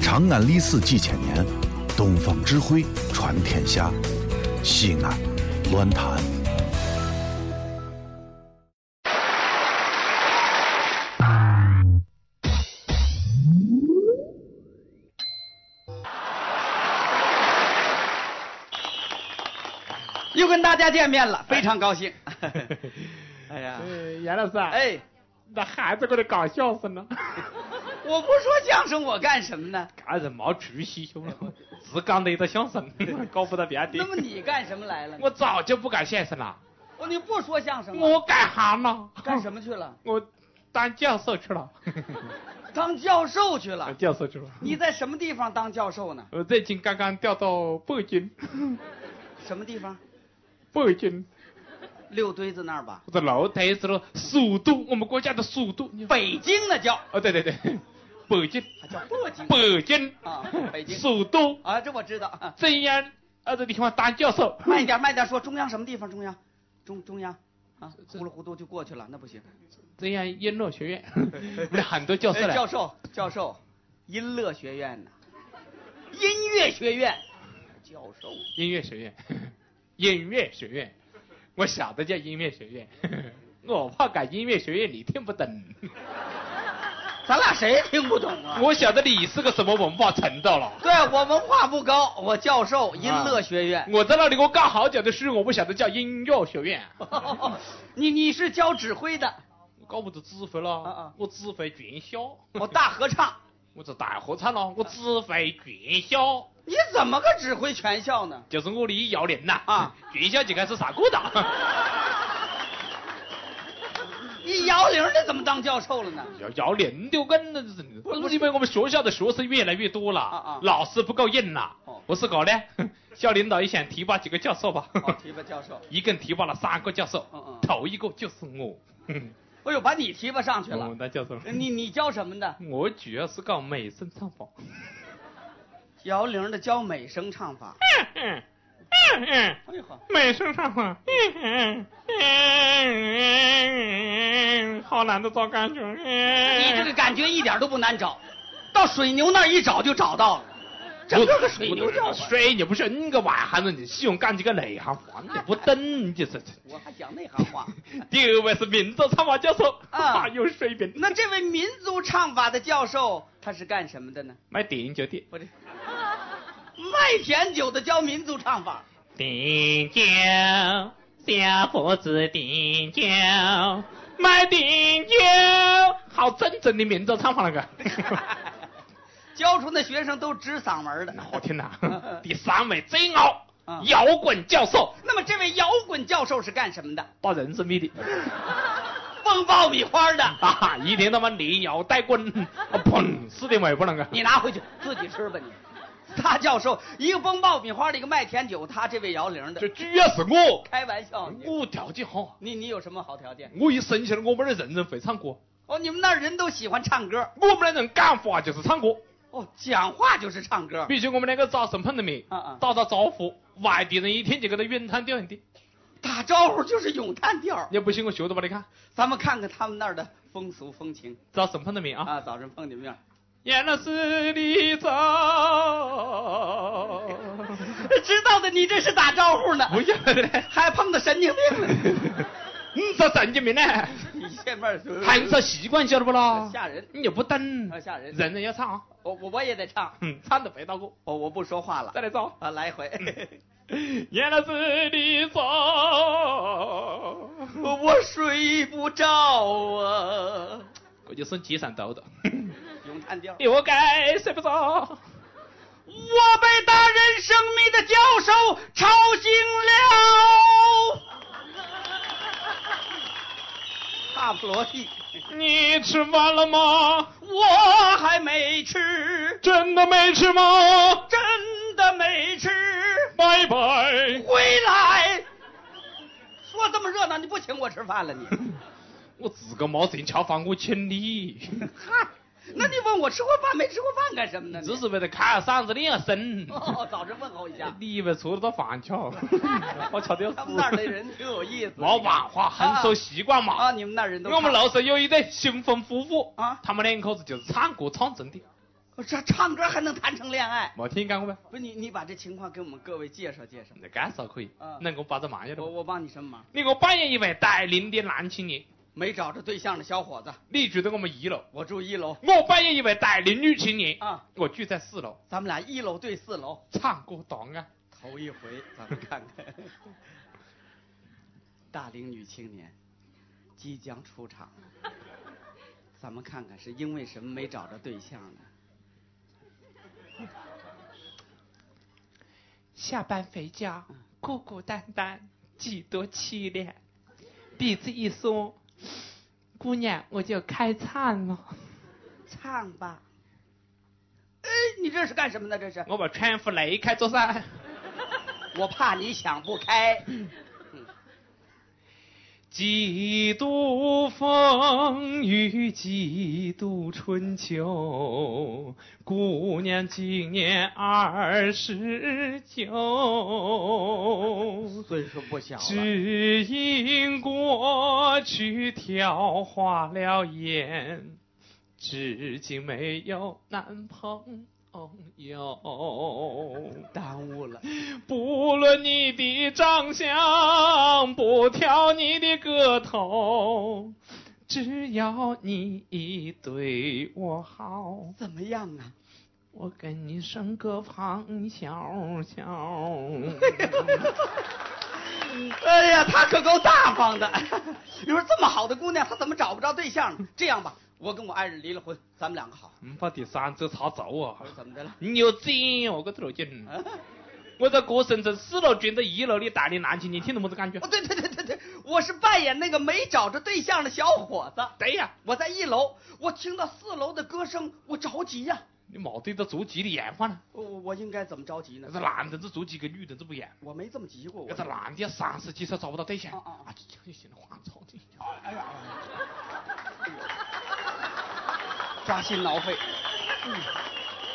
长安历史几千年，东方智慧传天下。西安，乱谈。又跟大家见面了，非常高兴。 哎呀，哎，严老师啊，哎，哎，那孩子给你搞笑死 了，我不说相声，我干什么 呢？俺是没出息，兄弟，只讲的一个相声， 搞不得别的那。么你干什么来了？我早就不干相声了，我你不说相声了，我改行了。干什么去了？我当教授去 了，当教授去当了。教授去了。 你在什么地方当教授呢？我最近刚刚调到北京，什么地方？北京六堆子那儿吧？我的老台子了，首都，我们国家的首都。你北京那叫哦，对对对，北京，还叫北京北京，啊，北京首都，啊，这我知道。 中央啊，这地方当教授。慢一点，慢一点说，中央什么地方？中央，中中央啊，糊里糊涂就过去了，那不行。中央音乐学院，不是很多教授哎来教授，教授，音乐学院呐，音乐学院，教授。音乐学院，音乐学院，我晓得叫音乐学院，我怕改音乐学院你听不懂，咱俩谁也听不懂啊？我晓得你是个什么文化程度了。对我文化不高，我教啊授音乐学院。 我在那里给我干好久的事，我不晓得叫音乐学院，你你是教指挥的，我搞不得指挥啊了啊，我指挥元宵，我大合唱，我这大合唱了，我指挥元宵，你怎么个指挥全校呢？就是我的摇铃呐啊，元宵就开始唱歌的，你摇铃的怎么当教授 了呢？摇摇铃就跟那是，不是不是因为我们学校的学生越来越多了，啊啊老师不够用了。哦我是搞呢， 校领导也想提拔几个教授吧，好哦提拔教授， 一共提拔了三个教授，嗯嗯头一个就是 我，哎呦，把你提拔上去我了们。的教授。你你教什么的？我主要是搞美声唱法，摇铃的教美声唱法。嗯嗯嗯，哎呦呵，美声唱法，嗯嗯嗯，好难的找感觉。你你这个感觉一点都不难找，到水牛那儿一找就找到了，整个个水牛绕我啊。水牛不是你个外行人，你是用干这个内行话，你也不懂，你就是。我还讲内行话。第二位是民族唱法教授，啊 啊，有水平。那这位民族唱法的教授，他是干什么的呢？买点酒的，我这卖甜酒的教民族唱法，点酒，小伙子点酒，买点酒，好真正的民族唱法 那个。教出那学生都直嗓门的。我哦天哪！第三位最傲啊，摇滚教授，那么这位摇滚教授是干什么的？到人是迷的，放爆米花的， 啊，一天他妈连摇带滚，啊砰，四点尾巴那个。你拿回去自己吃吧你。大教授，一个崩爆米花的，一个卖甜酒，他这位摇铃这的，主要是我，开玩笑，你我条件好，你你有什么好条件？我一生下来我们那人人会唱歌，哦，你们那儿人都喜欢唱歌，我们那人干活就是唱歌。哦，讲话就是唱歌，必须我们两个早晨碰了面啊啊，打打招呼，外地人一听就给他远滩调人的。打招呼就是咏叹调。你不信我学的吧？你看，咱们看看他们那儿的风俗风情早晨碰了面啊，啊！早晨碰你们面儿，严老师你走，哦知道的你这是打招呼呢， 不要的，还碰到神经病了。你说神经病呢？你见面儿 还是习惯晓得不啦？吓人，你也不懂啊，吓人哦人人要唱啊，我我我也得唱，哦嗯，唱的肥皂歌，我我不说话了再来唱。啊，来一回。严老师你走，嗯我睡不着啊，我就剩几扇兜 的，咏叹调。我该睡不着。我被大人生迷的教授吵醒了，帕布罗蒂，你吃饭了吗？我还没吃，真的没吃吗？真的没吃。拜拜。回来，说这么热闹，你不请我吃饭了你？我自个没钱吃饭，我请你，嗨，那你问我吃过饭没吃过饭干什么呢？你只是为了开下嗓子练声。哦，早晨问候一 下。你以为吃得到 饭吃？我吃的要死。他们那儿的人挺有意思。没文化，很守习惯嘛。啊，你们那儿人都我们楼上有一对新婚夫妇啊他们两口子就是唱歌唱成的，这唱歌还能谈成恋爱？没听讲过呗？不是你，你把这情况给我们各位介绍介绍。那介绍可以嗯，能给我帮着忙一下的我不？我帮你什么忙？你给我扮演一位带龄的男青年，没找着对象的小伙子，你住在我们一楼；我住一楼我扮演一位带龄女青年，啊，我住在四楼。咱们俩一楼对四楼，唱歌档啊，头一回，咱们看看。大龄女青年即将出场，咱们看看是因为什么没找着对象呢？下班回家，孤孤单单，几多凄凉。鼻子一松，姑娘我就开唱 了。唱吧。哎，你这是干什么呢？这是我把窗户擂开做啥？我怕你想不开。几度风雨几度春秋，姑娘今年二十九，岁数不小了，只因过去挑花了眼，至今没有男朋友。耽误了。不论你的长相，不挑你的个头，只要你对我好，怎么样啊？我跟你生个胖小小。哎呀，他可够大方的。 你说这么好的姑娘，她怎么找不着对象呢？这样吧，我跟我爱人离了婚，咱们两个好。嗯，把第三者吵走啊我！说怎么的了？牛逼！我个头劲！啊？我在歌神镇四楼捐到一楼的大龄男青年，听到没这感觉哦，？对对对对对，我是扮演那个没找着对象的小伙子。对呀，我在一楼，我听到四楼的歌声，我着急呀、你冇对着足几的眼光呢？我我我应该怎么着急呢这？男的这足几跟女的这不一样。我没这么急过，我要是男的要三十几岁找不到对象，哦哦哦啊，这样就显得花草的。哎呀，抓心挠肺，嗯，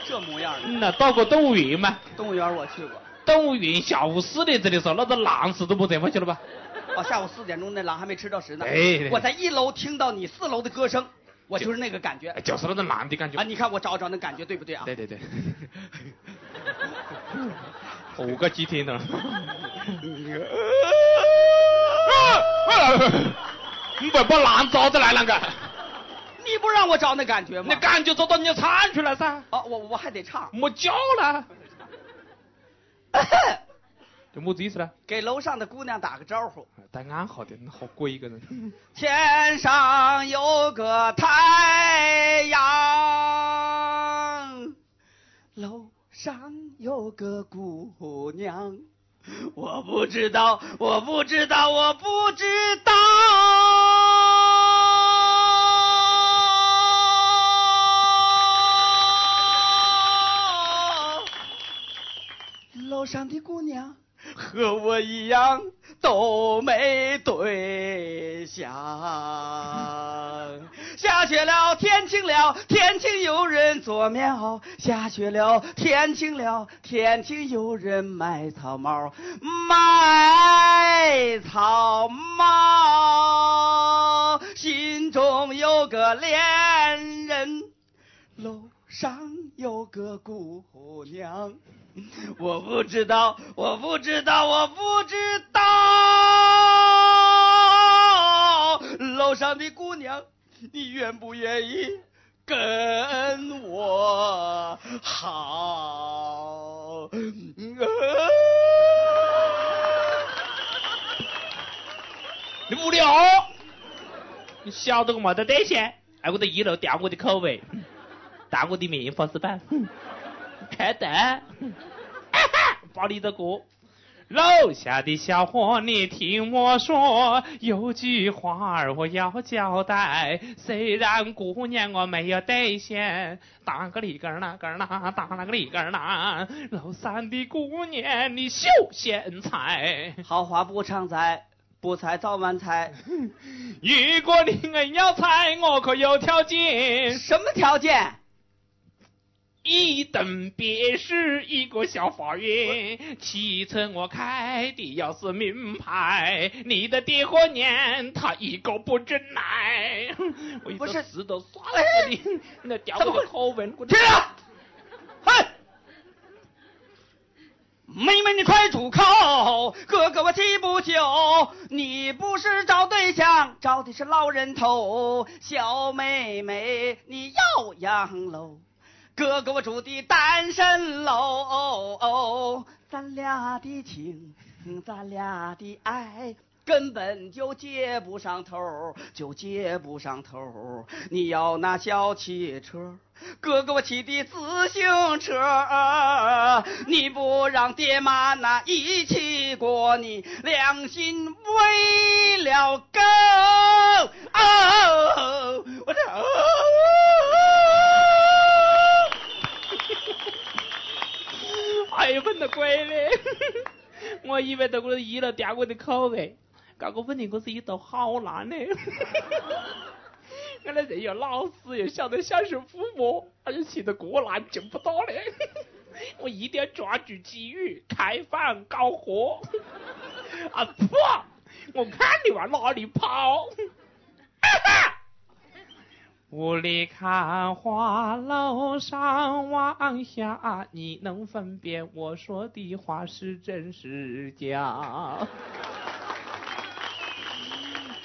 这模样的。嗯呐，到过动物园吗？动物园我去过，动物园下午四点钟的时候，那个狼死都不得回去了吧？哦，下午四点钟那狼还没吃到食呢。哎我在一楼听到你四楼的歌声，我就是那个感觉哎就是那个狼的感觉。啊！你看我找找那感觉对不对啊？对对对，五个几天呢？你别把狼招得来啷个？你不让我找那感觉吗那？感觉找到你就唱去了噻，哦，我我还得唱，没叫了，嗯这么子意思呢？ 给楼上的姑娘打个招呼。但俺好的，好鬼一个 人。天上有个太阳，楼上有个姑娘，我不知道，我不知道，我不知道。楼上的姑娘和我一样都没对象，下雪了，天晴了，天晴有人做棉袄；下雪了，天晴了，天晴有人卖草帽，卖草帽，心中有个恋人。楼上有个姑娘， 我不知道，我不知道，我不知道。楼上的姑娘，你愿不愿意跟我好？嗯你无聊，你晓得我没得对象，哎，我在一楼调我的口味，打我的棉花是吧？开灯，包你的歌。楼下的小伙，你听我说，有句话儿我要交代。虽然姑娘我没有对象，打个里根那根那，打那个里根那，楼上的姑娘你秀贤才。豪华不常财，不财早晚 财。如果你硬要猜，我可有条件，什么条件？一等别是一个小花园，汽车我开的要是名牌，你的爹和娘他一个不准来。我一不是个石头刷了你，那屌我的口吻，我停！妹妹你快住口！哥哥我气不久，你不是找对象，找的是老人头。小妹妹你要养喽，哥哥我住的单身楼。哦哦咱俩的情，咱俩的爱。根本就接不上头儿，就接不上头儿。你要那小汽车，哥哥我骑的自行车，啊你不让爹妈那一起过，你良心喂了狗。哦，我这。哦哎呀，问得乖嘞！ 我以为到我医了点我的口味，结果问题我是一道好难 嘞。俺那人又老实，又晓得享受父母，而且吃得过难见不到嘞。 我一定要抓住机遇，开放搞活。啊不，我看你往哪里 跑！雾里看花，楼上望下，你能分辨我说的话是真是假？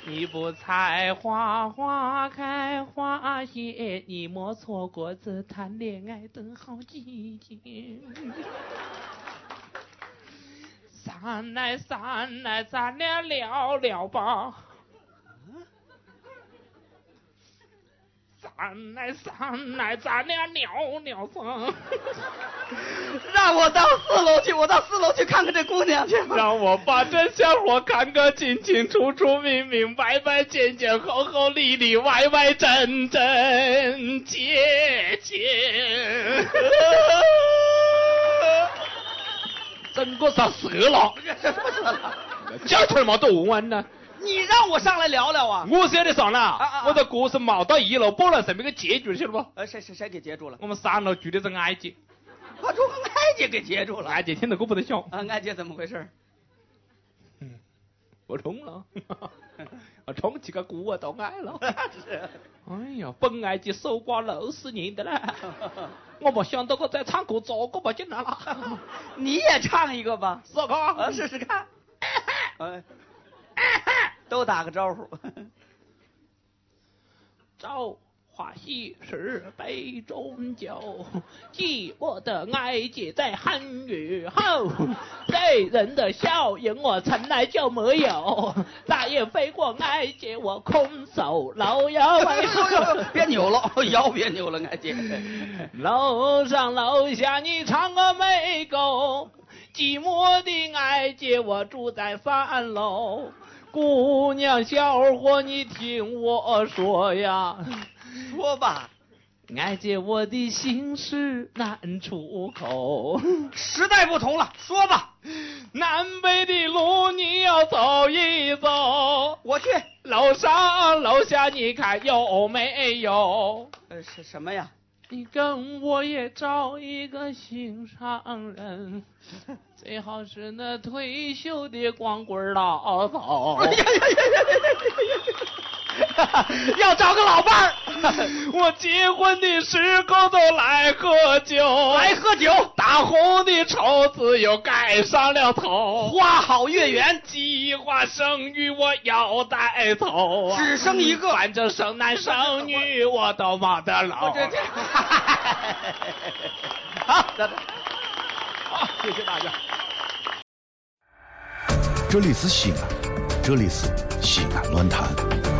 你不采花，花开花谢，你莫错过这谈恋爱的好季节。咱来，咱来，咱俩聊聊吧。咱来，咱来，咱俩聊聊吧。让我到四楼去，我到四楼去看看这姑娘 去。让我把这香火看个清清楚楚、明明白白、简简厚厚、里里外外、真真切切。真个啥死了？ 什么事了？叫出来嘛都无完呢。你让我上来聊聊啊！我说的上来啊啊啊，我的歌是冒到一楼，本来是没个结局去了不？呃，谁谁谁给截住了？ 我们三楼住的是安姐，把朱红安姐给截住了。安姐听得我不得笑，啊，安姐怎么回事？ 我冲了， 我冲起个鼓我都爱了。是，哎呀，本来就守寡六十年的嘞，我没想到我在唱歌做歌吧，竟然了，你也唱一个吧，是吧啊，？试试 看。哎，都打个招呼。朝花夕拾杯中酒，记我的爱姐在寒雨后。醉人的笑颜我从来就没有，再也飞过爱姐我空手楼呀哎呦呦，别扭了， 腰别扭了，安姐。楼上楼下你唱个没够，寂寞的爱姐我住在三楼。姑娘小伙，你听我说呀，说吧，爱姐我的心事难出口，时代不同了，说吧，南北的路你要走一走，我去。楼上楼下你看有没有？呃，是什么呀？你跟我也找一个心上人，最好是那退休的光棍老头。 要找个老伴儿， 我结婚的时候都来喝酒，来喝酒，大红的绸子又盖上了头，花好月圆，计划生育我要带头啊，只生一个。反正生男生女我都没得我老。这这，好，等等，啊好，谢谢大家。这里是西安，这里是西安乱坛。